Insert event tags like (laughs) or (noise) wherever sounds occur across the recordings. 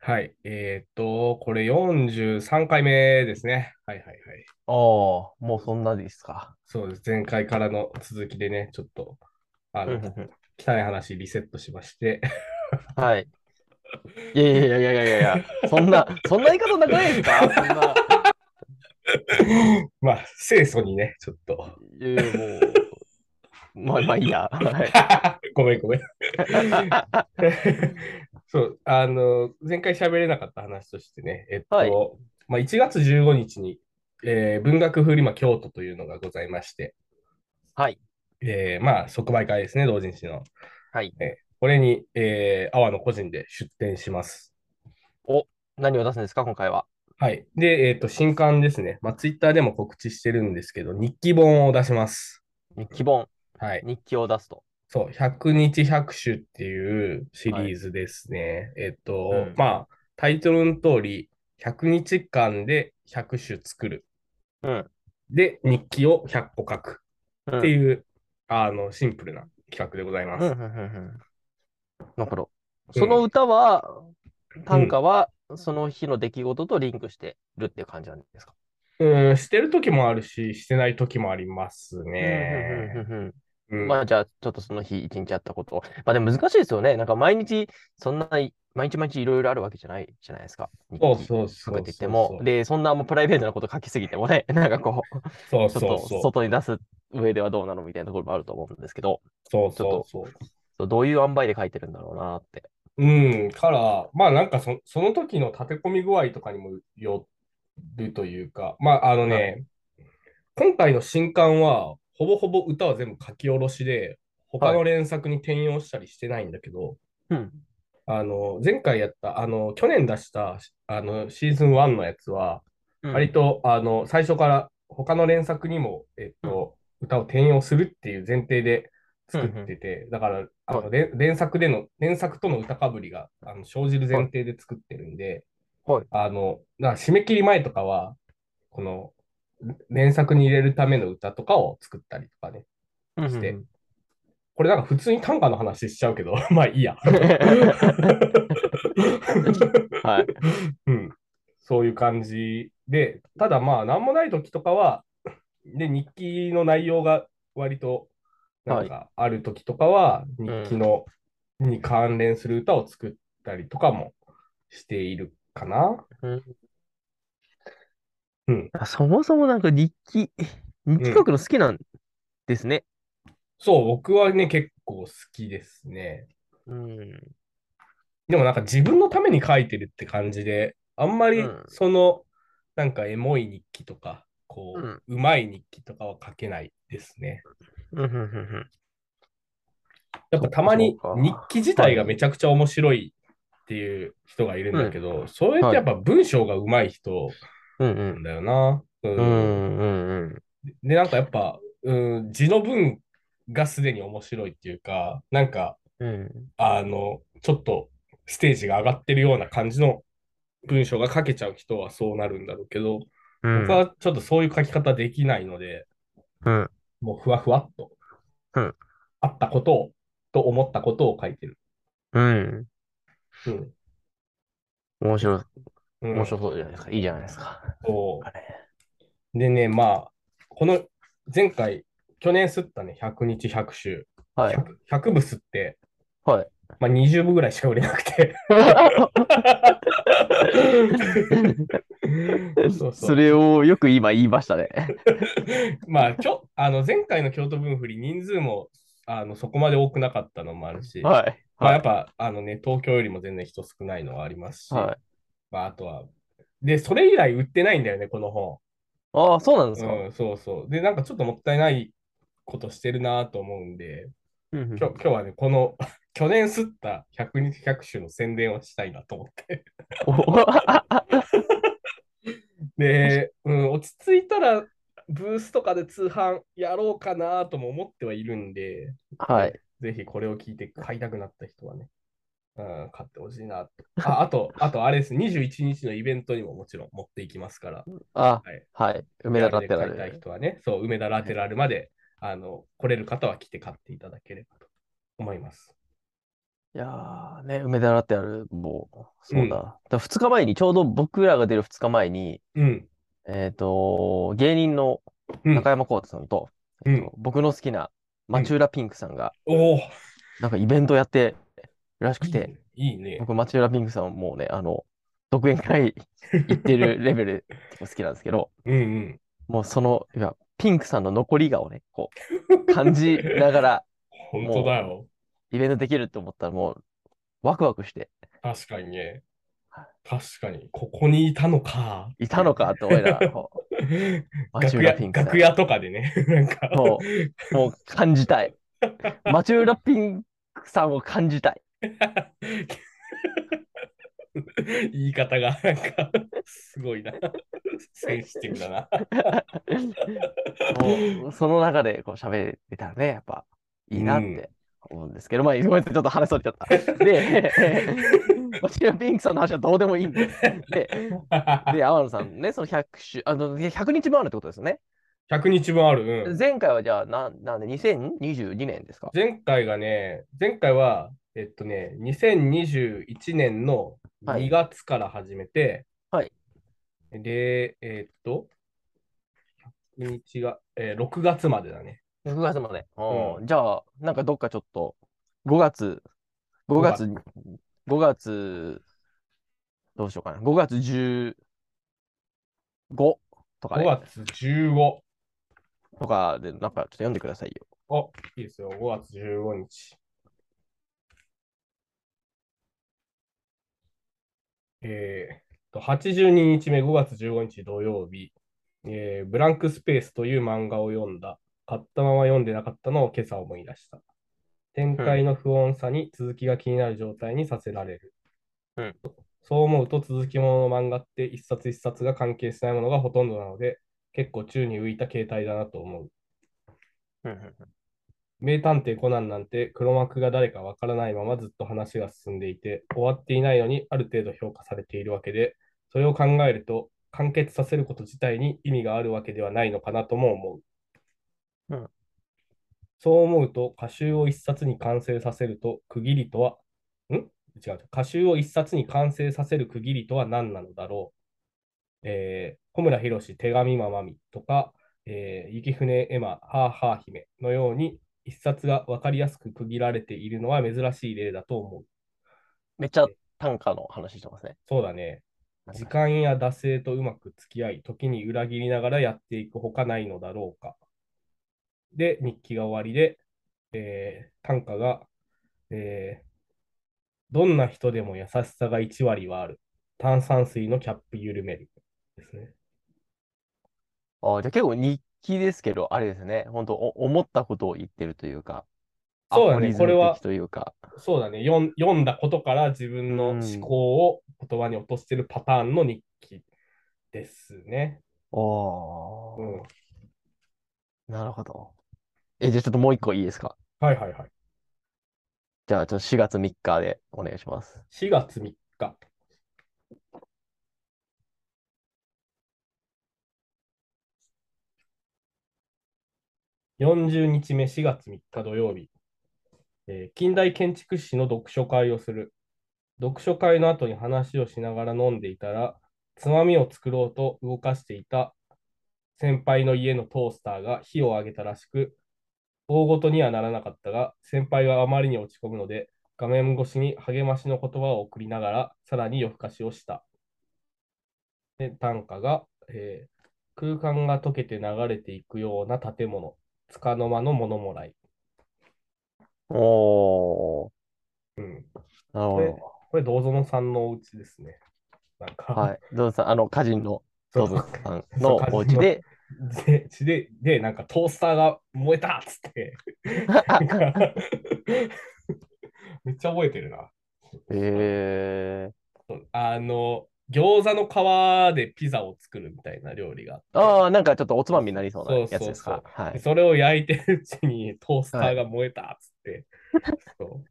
はい。えーっと、これ43回目ですね。はいはいはい。ああ、もうそんなですか。そうです。前回からの続きでね、ちょっと、あうんうの、んうん汚い話リセットしまして。 (laughs) はい。いやいやいやいやいやいやいや、そんな、そんな言い方なくないですかそんな、まあ、清楚にね、ちょっと。いやいやもう、 (laughs) まあまあいいや。はい。 (laughs) ごめんごめん。 (laughs) そう、あの、前回喋れなかった話としてね、えっはい。と、まあ、1月15日に、えー文学フリマ京都というのがございまして、はい。えーまあ、即売会ですね、同人誌の。はい。えーこれに、えー、阿波の個人で出展します。お、何を出すんですか今回は。はい。で、えっと、新刊ですね。まあ、ツイッターでも告知してるんですけど、日記本を出します。日記本、はい。日記を出すと。そう、100日100首っていうシはリい。ーズですね。えっうと、ん。まあ、タイトルの通り、100日間で100首作る。うん。で、日記を100個書くうってん。いう、あの、シンプルな企画でございまうん。うす。ん。うんうんなるほど。うそのん。歌は、う短ん。歌は、その日の出来事とリンクしてるっていう感じなんですかうん、してる時もあるし、してない時もありますうんうんうんね。うんうんうまん。あじゃあ、ちょっとその日一日あったことを。まあでも難しいですよね。なんか毎日、そんな、毎日毎日いろいろあるわけじゃないじゃないですか。日そう記そう書そくうって言ってそうも。そう。で、そんなもうプライベートなこと書きすぎてもね、 (laughs) なんかこう、そうちょそうっとそう。外に出す上ではどうなのみたいなところもあると思うんですけど、そうちょそうっと、そう。そうどういう塩梅で書いてるんだろうなって。うん、から、まあなんかそ、その時の立て込み具合とかにもよるというか、まああのはい。ね、今回の新刊は、ほぼほぼ歌は全部書き下ろしで、他はのい。連作に転用したりしてないんだけど、うん。あの、前回やった、あの、去年出した、あの、シーズン1のやつは、う割ん。と、あの、最初から他の連作にも、えっうん。と、歌を転用するっていう前提でうん。作っうてん。て、だから、あはい。の、連連作での、連作との歌かぶりが、あの、生じる前はい。提で作ってるんで、はい。あの、だから締め切り前とかは、この、連作に入れるための歌とかを作ったりとかね、うんうしんうて、ん。これなんか普通に短歌の話しちゃうけど、 (laughs) まあいい (laughs) や。はい。うん、そういう感じで、ただまあ、なんもない時とかは、 (laughs) で、日記の内容が割となんはい。かある時とかは、う日記ん。のに関連する歌を作ったりとかもしているかな。うんうん、あそもそもなんか日記、日う記書ん。くの好きなんですね。そう、僕はね、結構好きですね。うん。でもなんか自分のために書いてるって感じで、あんまうりん。その、なんかエモい日記とか、うこん。う、うまい日記とかは書けないですね。うんうんうんうんやっぱそったかまそうに日か。記自は体い。がめちゃくちゃ面白いっていう人がいるんうだん。けど、それってはやっい。ぱ文章が上手い人うんうなんん。だよな。う。うんんうんうん。で、なんかやっぱ、うん、字の文がすでに面白いっていうか、なんか、うんあの、ちょっとステージが上がってるような感じの文章が書けちゃう人はそうなるんだろうけど、う僕んはちょっとそういう書き方できないので、うんもうふわふわっと、うんあったことを、と思ったことを書いてる。うんうん。面白い、う面ん。白そうじゃないですか。いいじゃないですか。そあれ。う。でね、まあ、この前回、去年吸ったね、100日100週、はい。 100、100部吸って、はい。まあ、20部ぐらいしか売れなく (laughs) て (laughs) そうそそれをよく今言いましたね。う。まあ、きょ、あの、前回の京都分振り、人数も、あの、そこまで多くなかったのもあるし、はい。まあ、やはっい。ぱ、あのね、東京よりも全然人少ないのはありますし、はい。まあ、あとは、で、それ以来売ってないんだよね、この本。ああ、そうなんですか。うん、そうそう。で、なんかちょっともったいないことしてるなと思うんで、うんうんう今日、ん今日はね、この (laughs) 去年吸った100日100首の宣伝をしたいなと思って。 (laughs) おで、うん、落ち着いたら、ブースとかで通販やろうかなとも思ってはいるんで、 (laughs) はぜ、い。ぜひこれを聞いて買いたくなった人はね、うん、買ってほしいなと。 (laughs) あ、あと、あとあれです。21日のイベントにももちろん持っていきますから、あ、はい。はい。梅リア田ルだっでてら買いたいれる。人はね、そう、梅田ラはテい。ラルまで、あの、来れる方は来て買っていただければと思います。いやーね、梅田ラテあるもそうだ。だから2日前に、ちょうど僕らが出る2日前に、うん。えっと、芸人のうん中山浩太さんと、うんえっと僕の好きなマチューラピンクさんが、おお、なんかイベントやってるらしくいいて、ね。いいね。僕、マチューラピンクさんはもうね、あの、独演会行ってるレベル結構好きなんです (laughs) けど、うんうん。もうその、いや、ピンクさんの残りがをね、こう、感じながら本当だよ。イベントできると思ったら、もう、ワクワクして、確かにねはい。確かに、ここにいたのか。いたのかと思いながら、こう、マチ楽ューラ屋ピンクさん楽屋とかでね、なんか、もう、もう感じたい。マチューラピンクさんを感じたい。言い方が、なんか、すごいな。センシティブだな。もうその中でこう喋れたらね、やっぱいいなっうんて思うんですけど、まあ、ごめんなさい、ちょっと話それちゃった。 (laughs) で、マチューラピンクさんの話はどうでもいいんで。で、で天野さんね、その100週、あの100日もあるってことですよね。 100日分ある。うん前回はじゃあ、なんなんで2022年ですか。前回がね、前回は、えっとね、2021年のはい2月から始めて、はいで、えっと、100日が、えー6月までだね。 6月まで。うんうんじゃあ、なんかどっかちょっと、5月、5月、5月、どうしようかな。5月15とか5ね。月15。とかで、なんかちょっと読んでくださいよ。お、いいですよ。5月15日。えーっと、82日目、5月15日土曜日、えーブランクスペースという漫画を読んだ。買ったまま読んでなかったのを今朝思い出した。展開の不穏さに続きが気になる状態にさせられる。うんそう思うと続きものの漫画って一冊一冊が関係しないものがほとんどなので、結構宙に浮いた形態だなと思う。名探偵コナンなんて黒幕が誰かわからないままずっと話が進んでいて、終わっていないのにある程度評価されているわけで、それを考えると、完結させること自体に意味があるわけではないのかなとも思う。うんそう思うと、歌集を一冊に完成させると、区切りとは、ん違う、歌集を一冊に完成させる区切りとは何なのだろう。えー、小村博士、手紙ままみとか、えー、雪船エマ、ハーハー姫のように、一冊が分かりやすく区切られているのは珍しい例だと思う。めっちゃ短歌の話してますね。そうだね。時間や惰性とうまく付き合い、時に裏切りながらやっていくほかないのだろうか。で、日記が終わりで、えー短歌が、えーどんな人でも優しさが1割はある。炭酸水のキャップ緩める。ですね。あじゃあ結構日記ですけど、あれですね。本当お思ったことを言ってるというか、そうだねアフォリズこれムは的というか。そうだね。読ん読んだことから自分の思考を言葉に落としてるパターンの日記ですね。おうん。はいなるほど。え、じゃあちょっともう一個いいですか。はいはい。じゃあちょっと4月3日でお願いします。 4月3日。40日目4月3日土曜日、えー近代建築士の読書会をする。読書会の後に話をしながら飲んでいたら、つまみを作ろうと動かしていた先輩の家のトースターが火を上げたらしく、大ごとにはならなかったが、先輩があまりに落ち込むので、画面越しに励ましの言葉を送りながら、さらに夜更かしをした。で、短歌が、えー空間が溶けて流れていくような建物、つかの間の物もらい。おー、うん、なるほここれ、道園さんのお家ですね。なんか、ど。はい。どうぞ、あの、歌人の、そどううぞさんそうの歌人のお家で、ででで、なんかトースターが燃えたっつって。なんかめっちゃ覚えてるな。えー、あの、餃子の皮でピザを作るみたいな料理があって。ああ、なんかちょっとおつまみになりそうなそうそうやつですか。はでい。それを焼いてるうちにトースターが燃えたっつって、そ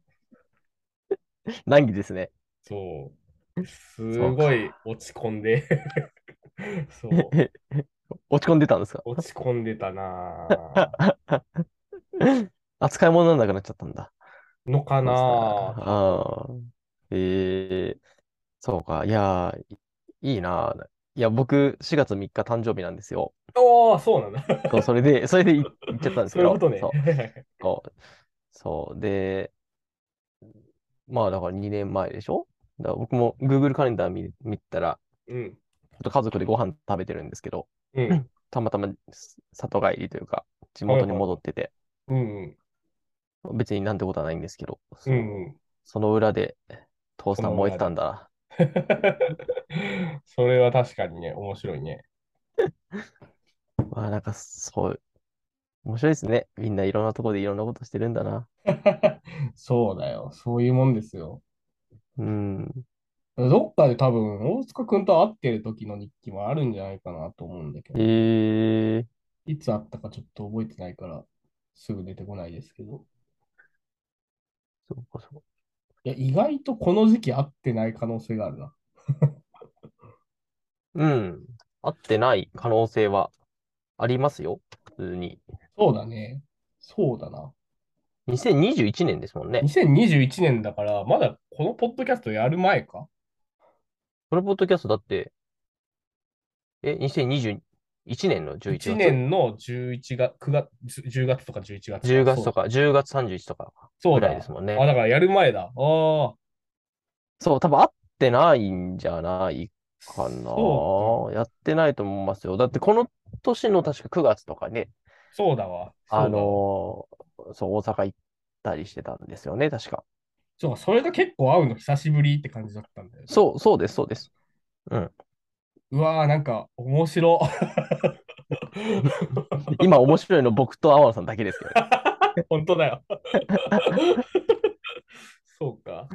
う難儀ですね。そうすそうごかい落ち込ん (laughs) でそう落ち込んでたんですか落ち込んでたなぁ (laughs) 扱い物にならなくなっちゃったんだ。のかなぁああ。ええそうか。いやー、いいいな。いや、僕、4月3日誕生日なんですよ。おー、そうなんだ。そう、そ (laughs) れで、それでい行っちゃったんですそういうこけとど、ねそう、。そう、そう。で、まあ、だから2年前でしょだから僕も Google カレンダー見、見たら、うん。ちょっと家族でご飯食べてるんですけど、うん。たまたま里帰りというか、地元に戻ってて、うん。別になんてことはないんですけど、うそん。その裏で、父さんその燃え裏てたんだな。それは確かにね、面白いね。まあなんかそう、面白いですね。みんないろんなとこでいろんなことしてるんだな。そうだよ。そういうもんですよ。うん。どっかで多分、大塚くんと会ってる時の日記もあるんじゃないかなと思うんだけど、ええいつ会ったかちょっと覚えてないから、すぐ出てこないですけど。そうかそう。いや、意外とこの時期会ってない可能性があるな。うん。合ってない可能性はありますよ。普通に。そうだね。そうだな。 2021年ですもんね。 2021年だから、まだこのポッドキャストやる前かこのポッドキャストだって、え、2021年の11 1月年の11月、9月、10月とか11月か。 10月とか、10月31とかそうぐだらいですもんね。あ、だからやる前だ。ああ、そう、多分合ってないんじゃないかな。そうやってないと思いますよ。だってこの年の確か9月とかね、か。そうだわ。そうだわあのーそう、大阪行ったりしてたんですよね、確か。そうか、それが結構会うの久しぶりって感じだったんだよね。そう、そうです、そうです。うわー、なんか面白。今面白いの僕と天野さんだけですけどね。本当だよ。 (laughs) そうか。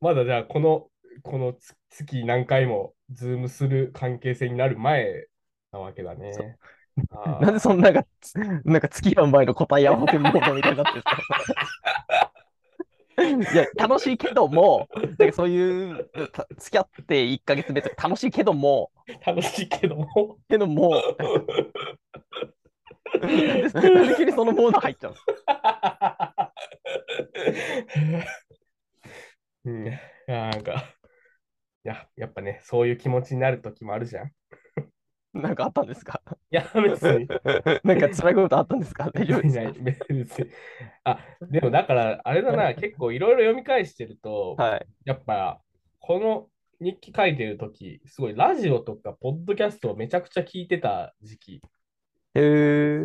まだじゃあ、この、このつ月何回もズームする関係性になる前なわけだねそう。 (laughs) あーなんでそんなが、つなんか付き合う前の答え合わせモードみたいになってるんですか (laughs) いや、楽しいけども、なんかそういう、た付き合って1ヶ月目とか楽しいけども、 (laughs) 楽しいけども。けども、なんでなんで急にそのモード入っちゃうんですか (laughs) うん、いやなんかいや、やっぱね、そういう気持ちになる時もあるじゃん。いなんかあったんですかや、別 (laughs) に。なんか辛いことあったんですか大丈夫ですなかい別にあ、でもだから、あれだな、結構いろいろ読み返してると、はい。やっぱ、この日記書いてる時すごいラジオとか、ポッドキャストをめちゃくちゃ聞いてた時期へ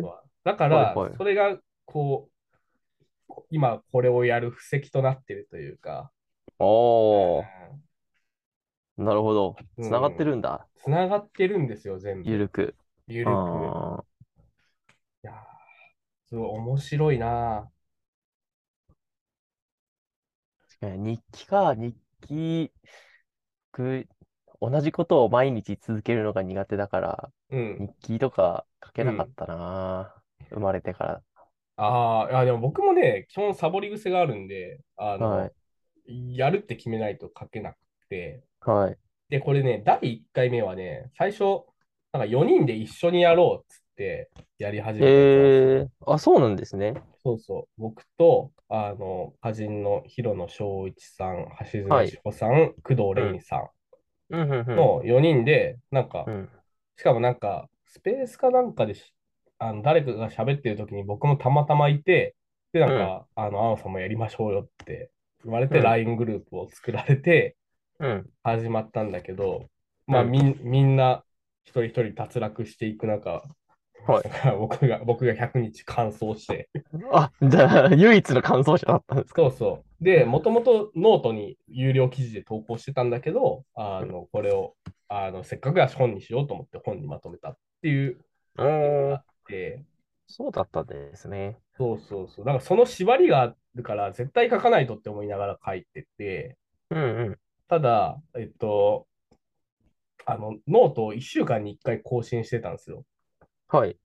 え。は。だからはいはい、それが、こう、今これをやる布石となってるというか、おー、なるほど。つながってるんだ。つながってるんですよ、全部。ゆるく。ゆるく。いあやーすごい面白いなー確かに日記か、日記。僕、同じことを毎日続けるのが苦手だから、ぁ。うん。日記とか書けなかったな。生まれてから。あーあ、でも僕もね、基本サボり癖があるんで、あの、はやるって決めないと書けなくて。はい。で、これね、第1回目はね、最初、なんか4人で一緒にやろうっつってやり始めたやつなんですよえー、あ、そうなんですね。そうそう、僕と、あの、歌人の広野翔一さん、橋爪はい志保さん、工藤レインさうん、うん、うんん。の4人で、なんかう、ん。しかもなんか、スペースかなんかでしあの誰かが喋ってる時に僕もたまたまいて、で、なんか、あの、青さんもやりましょうよって言われて、うん LINE グループを作られてうん。始まったんだけど、まあ、うんみん、みんな一人一人脱落していく中、はいなんか (laughs) 僕が、僕が100日完走して、あ、じゃあ、唯一の感想者だったんですか。そうそう。で、もともとノートに有料記事で投稿してたんだけど、あの、これを、あの、せっかくだし本にしようと思って本にまとめたっていううのがあーん、って、そうだったんですね。そうそうそう。だからその縛りがあるから、絶対書かないとって思いながら書いてて、うん、うん。ただ、えっと、あの、ノートを1週間に1回更新してたんですよ。はい。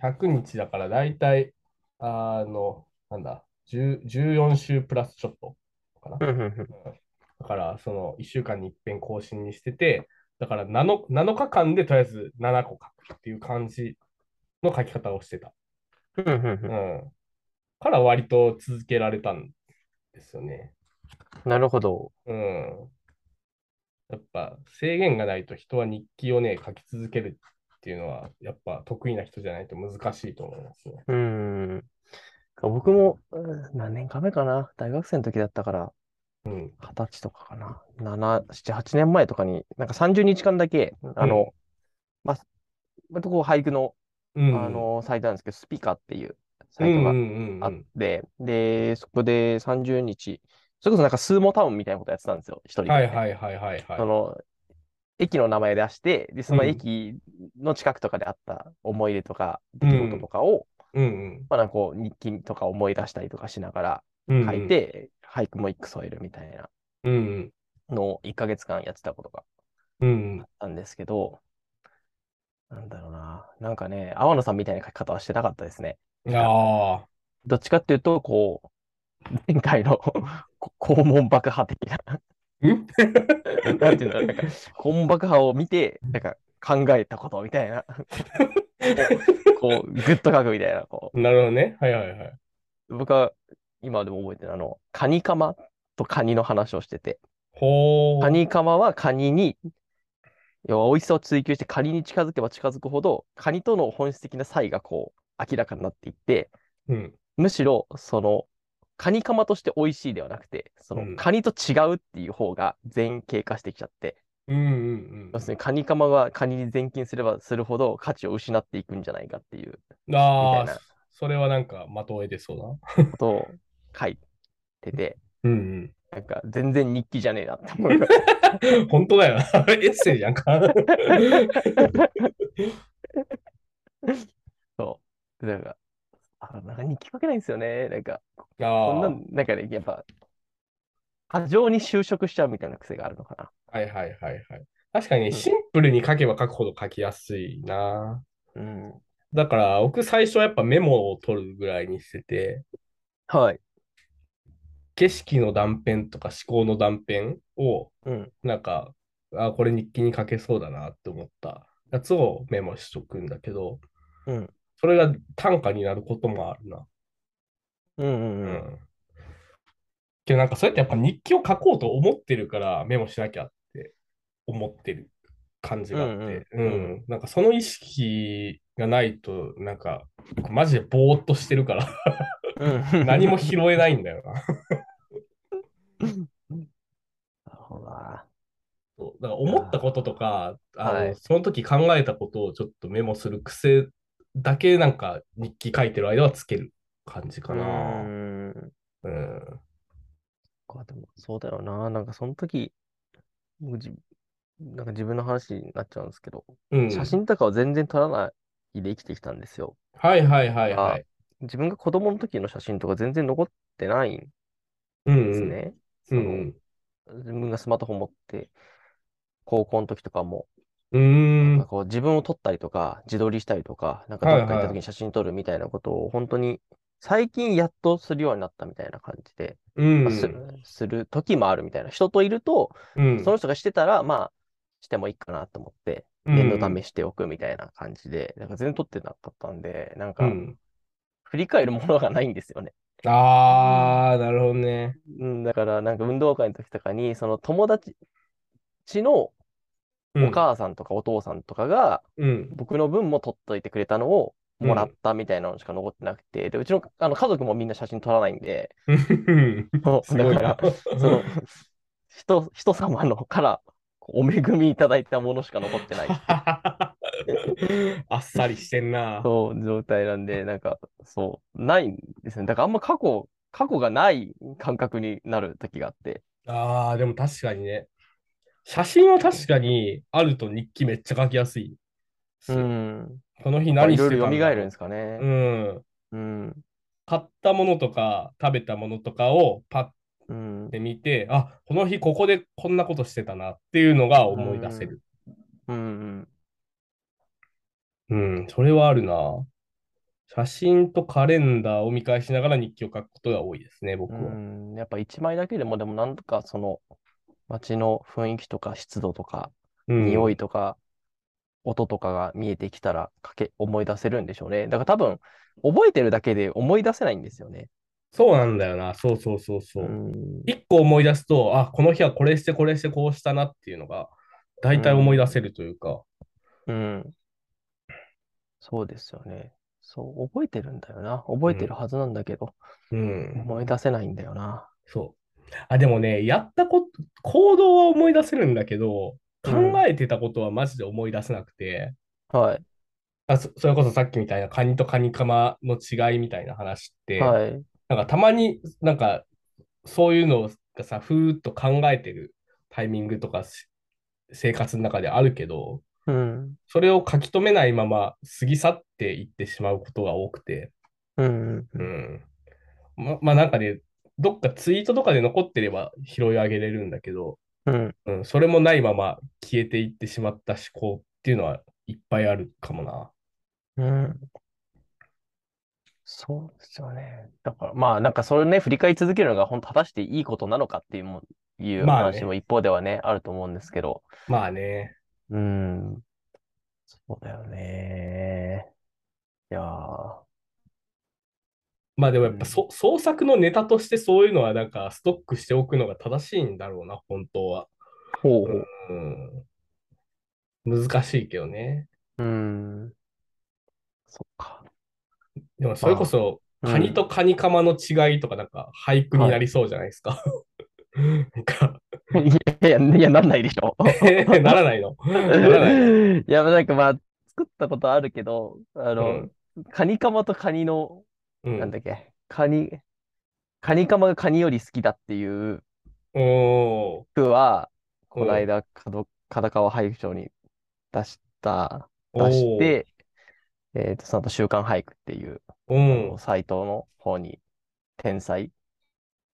100日だから、だいたい、あの、なんだ、10 14週プラスちょっとかな。うん、うん、うん。だから、その1週間に一遍更新にしてて、だから 7, 7日間でとりあえず7個書くっていう感じの書き方をしてた。うん、うん、うんう。ん。から割と続けられたんですよね。なるほど。うん。やっぱ制限がないと人は日記をね、書き続けるっていうのは、やっぱ得意な人じゃないと難しいと思いますね。うーん。僕も、うん何年か前かな。大学生の時だったから、うん。二十歳とかかな。7、7、8年前とかに、なんか30日間だけ、あの、まあ、割とこう俳句の、うんあの、サイトなんですけど、スピカっていううサんイトうんがうんあうっん。て、で、そこで30日、それこそなんかスーモタウンみたいなことやってたんですよ、一人で。はいはいはいはいはい。その、駅の名前出して、で、そのうん駅の近くとかであった思い出とか、出来事とかを、うんまあなんかこう、日記とか思い出したりとかしながうん。うんら書いて、俳句も一句添えるみたいなうんうん。のを1ヶ月間やってたことがうんうん。あったんですけど、なんだろうな。なんかね、天野さんみたいな書き方はしてなかったですね。ああ、どっちかっていうと、こう、前回の (laughs) こ肛門爆破的な、んなんていうの、なんか、肛門爆破を見て、なんか、考えたことみた (laughs) いな、こう、グッと書くみたいな、こなるほどね。はいはいはい。う、僕は今でも覚えてる、あの、カニカマとカニの話をしてて、ほカう。ニカマはカニに、要は美味しさを追求してカニに近づけば近づくほど、カニとの本質的な差異がこう、明らかになっていって、うん。むしろ、その、カニカマとして美味しいではなくて、その、うんカニと違うっていう方が全経化してきちゃって、うんうん要するにカニカマがカニに前勤すればするほど価値を失っていくんじゃないかっていううん。あみたあいな、それはなんか的を得てそうだな。ことを書いてて、うんなんか全然日記じゃねえなって思う。う (laughs) ん。本当だよな。 (laughs) エッセイじゃんか。そう。なんか、あ、なんか日記書けないんですよね。なんか、あこんなあ、ん、なんかね、やっぱ、過剰に就職しちゃうみたいな癖があるのかな。はいはいはいはい。確かにね、シンプルに書けば書くほど書きやすいな。うん。だから、僕最初はやっぱメモを取るぐらいにしてて、はい。景色の断片とか思考の断片を、うん。なんか、あ、これ日記に書けそうだなって思ったやつをメモしとくんだけど、うん。それが短歌になることもあるな。うんううんうん。ん。けどなんかそうやってやっぱ日記を書こうと思ってるからメモしなきゃって思ってる感じがあって、うんうんうんなんかその意識がないと、なんか僕マジでぼーっとしてる (laughs) から、うん。何も (laughs) 拾えないんだよな。なるほどな。そうだから思ったこととか、あの、はいその時考えたことをちょっとメモする癖だけなんか日記書いてる間はつける感じかうな。ーん。うん。そっかでもそうだよな。なんかその時、僕じ、なんか自分の話になっちゃうんですけど、うん。写真とかは全然撮らないで生きてきたんですよ。はいはいはいはい。自分が子供の時の写真とか全然残ってないんでうんうんすね。うその、ん自分がスマートフォン持って、高校の時とかも、うん。うーなんんか。こう自分を撮ったりとか、自撮りしたりとか、なんかはいどっか行ったはい時に写真撮るみたいなことを、本当に最近やっとするようになったみたいな感じで、うんまあすする時もあるみたいな。人といると、うんその人がしてたら、まあ、してもいいかなと思って、うん念のためしておくみたいな感じで、なんか全然撮ってなかったんで、なんうか、ん。振り返るものがないんですよね。ああ、なるほどね。うん、だから、なんか運動会の時とかに、その友達のうんお母さんとかお父さんとかが、 (laughs) うん。僕の分も撮っといてくれたのを、もらったみたいなのしか残ってなくて、で、うちのあの家族もみんな写真撮らないんで、そうすごいだ (laughs) なか。 (laughs) ら、その、人、人様のからお恵みいただいたものしか残ってない。あっさりしてんな。そう、状態なんで、なんか、そう、ないんですね。だからあんま過去、過去がない感覚になる時があって。ああ、でも確かにね。写真は確かにあると日記めっちゃ書きやすい。うん。この日やっぱ何いしろいてろた蘇んだるんろうですかね。うん。うん。買ったものとか食べたものとかをパッうんて。見て、あ、この日ここでこんなことしてたなっていうのが思い出せる。うん。うん、それはあるな。写真とカレンダーを見返しながら日記を書くことが多いですね、僕うは。ん。やっぱ一枚だけでも、でもなんとかその、街の雰囲気とか湿度とか、うん、匂い。いとか、音とかが見えてきたら、かけ、思い出せるんでしょうね。だから多分、覚えてるだけで思い出せないんですよね。そうなんだよな。そうそうそうそうう。ん一個思い出すと、あ、この日はこれしてこれしてこうしたなっていうのが、大体思い出せるというか。うん。そうですよね。そう、覚えてるんだよな。覚えてるはずなんだけど、うん。思い出せないんだよな。そう。あ、でもね、やったこと、行動は思い出せるんだけど、考うんえてたことはマジで思い出せなくて、はい。あ、そ、それこそさっきみたいなカニとカニカマの違いみたいな話って、はい。なんかたまになんかそういうのがさ、ふーっと考えてるタイミングとかし生活の中であるけど、うん。それを書き留めないまま過ぎ去っていってしまうことが多くて、うん。うん。ま、まあなんかね、どっかツイートとかで残ってれば拾い上げれるんだけど、うん。うん、それもないまま消えていってしまった思考っていうのはいっぱいあるかもな。うん。そうですよね。だから、まあ、なんかそれをね、振り返り続けるのが、本当果たしていいことなのかっていうも、いうまあね話も一方ではね、あると思うんですけど。まあね、うん。そうだよね。いやー。まあでもやっぱそ創作のネタとしてそういうのはなんかストックしておくのが正しいんだろうな、本当は。ほうほううん、難しいけどね。うん。そっか。でもそれこそカニとカニカマの違いとかなんか俳句になりそうじゃないですか。なんか、うん。 (laughs) いやいや、いや、なんないでしょ。えーならないの。 (laughs) ならないの。 (laughs) いや、なんかまあ、作ったことあるけど、あうの、カニカマとカニの、うんなんだっけ、カニ、カニカマがカニより好きだっていうおー句は、うこんの間、角片川俳句賞に出した、出して、えっと、その後、週刊俳句っていう、おーあうんの、サイトの方に、転載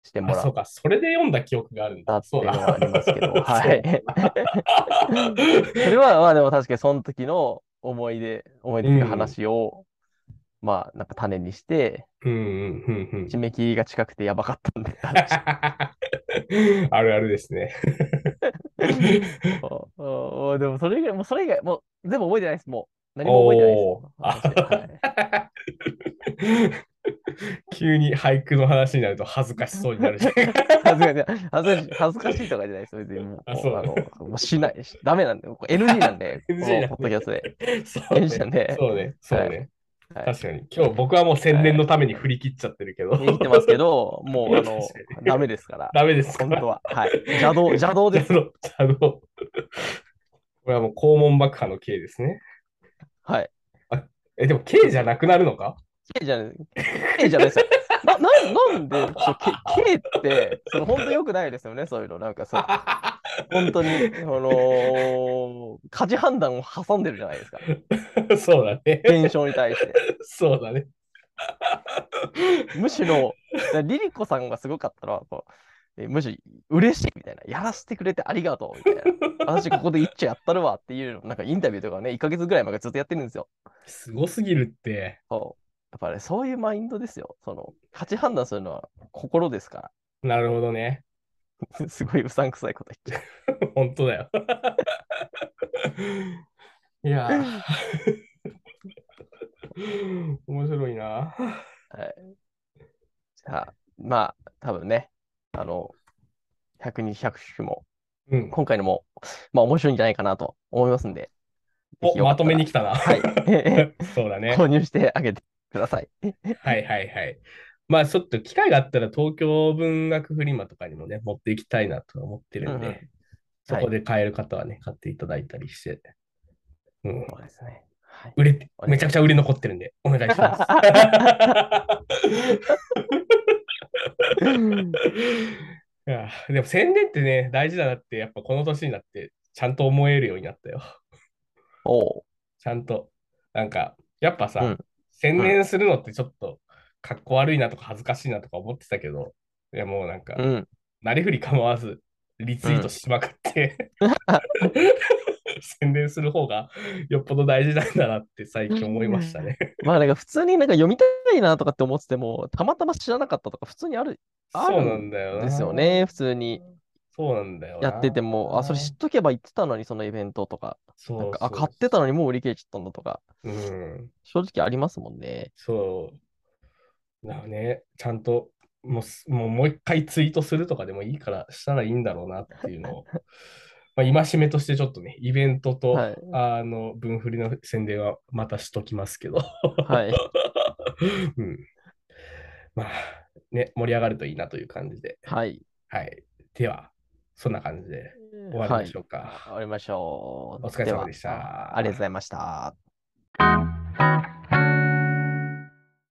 してあ、もらそうっか、それで読んだ記憶があるんただ。っていそううのだ。はありますけど、 (laughs) そうはい。それはまあでも確かにその時の思い出、思い出というかうん話を、まあなんか種にして、うんうんうんう (laughs) ん。締め切りが近くてやばかったんでって話あるあるです (laughs) ね。 (laughs) おおおでもそれ以外、もうそれ以外、もう全部覚えてないです。もう何も覚えてないですおーあその話はい。急に俳句の話になると恥ずかしそうになるし。恥ず (laughs) かしい恥ずかしい、恥ずかしいとかじゃないです。別にもう、あそうあの、もうしない、しダメなんで、これ (laughs) NG なんで、こ NG のなんでポッドキャストで。 (laughs) そうね電車ねそうね。そうね。はい確かに。今日僕はもう宣伝のために振り切っちゃってるけど。言ってますけど、もう、あの確か、にダメですか (laughs) ら。ダメですか本当は。はい。邪道、邪道です。あの、あの、これはもう肛門爆破の刑ですね。はい。え、でも刑じゃなくなるのか K じゃない、K じゃないですよ。な、なん、なんで、そう、K, K って、その、本当良くないですよね、そういうの。なんかさ、 (laughs) 本当に、あのー、価値判断を挟んでるじゃないですか。 (laughs) そうだね。 (laughs) 現象に対して。そうだね。むしろ、リリコさんがすごかったのは、こう、えむしろ、嬉しいみたいな。やらせてくれてありがとう、みたいな。私、ここで一丁やったるわっていうの、なんかインタビューとかね、1ヶ月ぐらい前からずっとやってるんですよ。すごすぎるって。そう。やっぱり、ね、そういうマインドですよ。その、価値判断するのは心ですから。なるほどね。 (laughs) (laughs) すごいうさんくさいこと言って。本当だよ。 (laughs) いやー。面白いな。じゃあ、まあ、多分ね、あの、100人100種も、うん。今回のも、まあ面白いんじゃないかなと思いますんで、お、ぜひよかまったとらめに来たな。はい。 (laughs) そうだね。購入してあげてください。はいはいはい。まあちょっと機会があったら東京文学フリマとかにもね、持っていきたいなとは思ってるんで、うんうんそこで買える方はね、買っていただいたりして、うん、そうですね。はい。売れて、めちゃくちゃ売れ残ってるんで、お願いし (laughs) ます。 (laughs) いやでも宣伝ってね、大事だなって、やっぱこの年になって、ちゃんと思えるようになったよ。 (laughs) おう。ちゃんと。なんか、やっぱさ、うん宣伝するのってちょっと、かっこ悪いなとか恥ずかしいなとか思ってたけど、いやもうなんか、うん。なりふり構わず、リツイートしまくって、宣伝する方がよっぽど大事なんだなって最近思いましたね。まあなんか普通になんか読みたいなとかって思ってても、たまたま知らなかったとか普通にある (laughs) あそうるなんだよんな。ですよ。ね。普通にそうなんだよな。やってても、あ、それ知っとけば行ってたのに、そのイベントとか。そうなんか、そあ、う買ってたのにもう売り切れちゃったんだとか、うん。正直ありますもんね。そう。だからね、ちゃんともうす、もうもう一回ツイートするとかでもいいからしたらいいんだろうなっていう (laughs) のを、まあ、戒めとしてちょっとね、イベントと、はいあの、分振りの宣伝はまたしときますけど、はい。うん。まあ、ね、盛り上がるといいなという感じで、はい。はい。では、そんな感じで (laughs) 終わりましょうか。はい。終わりましょう。お疲れ様でしはたありがとうございました。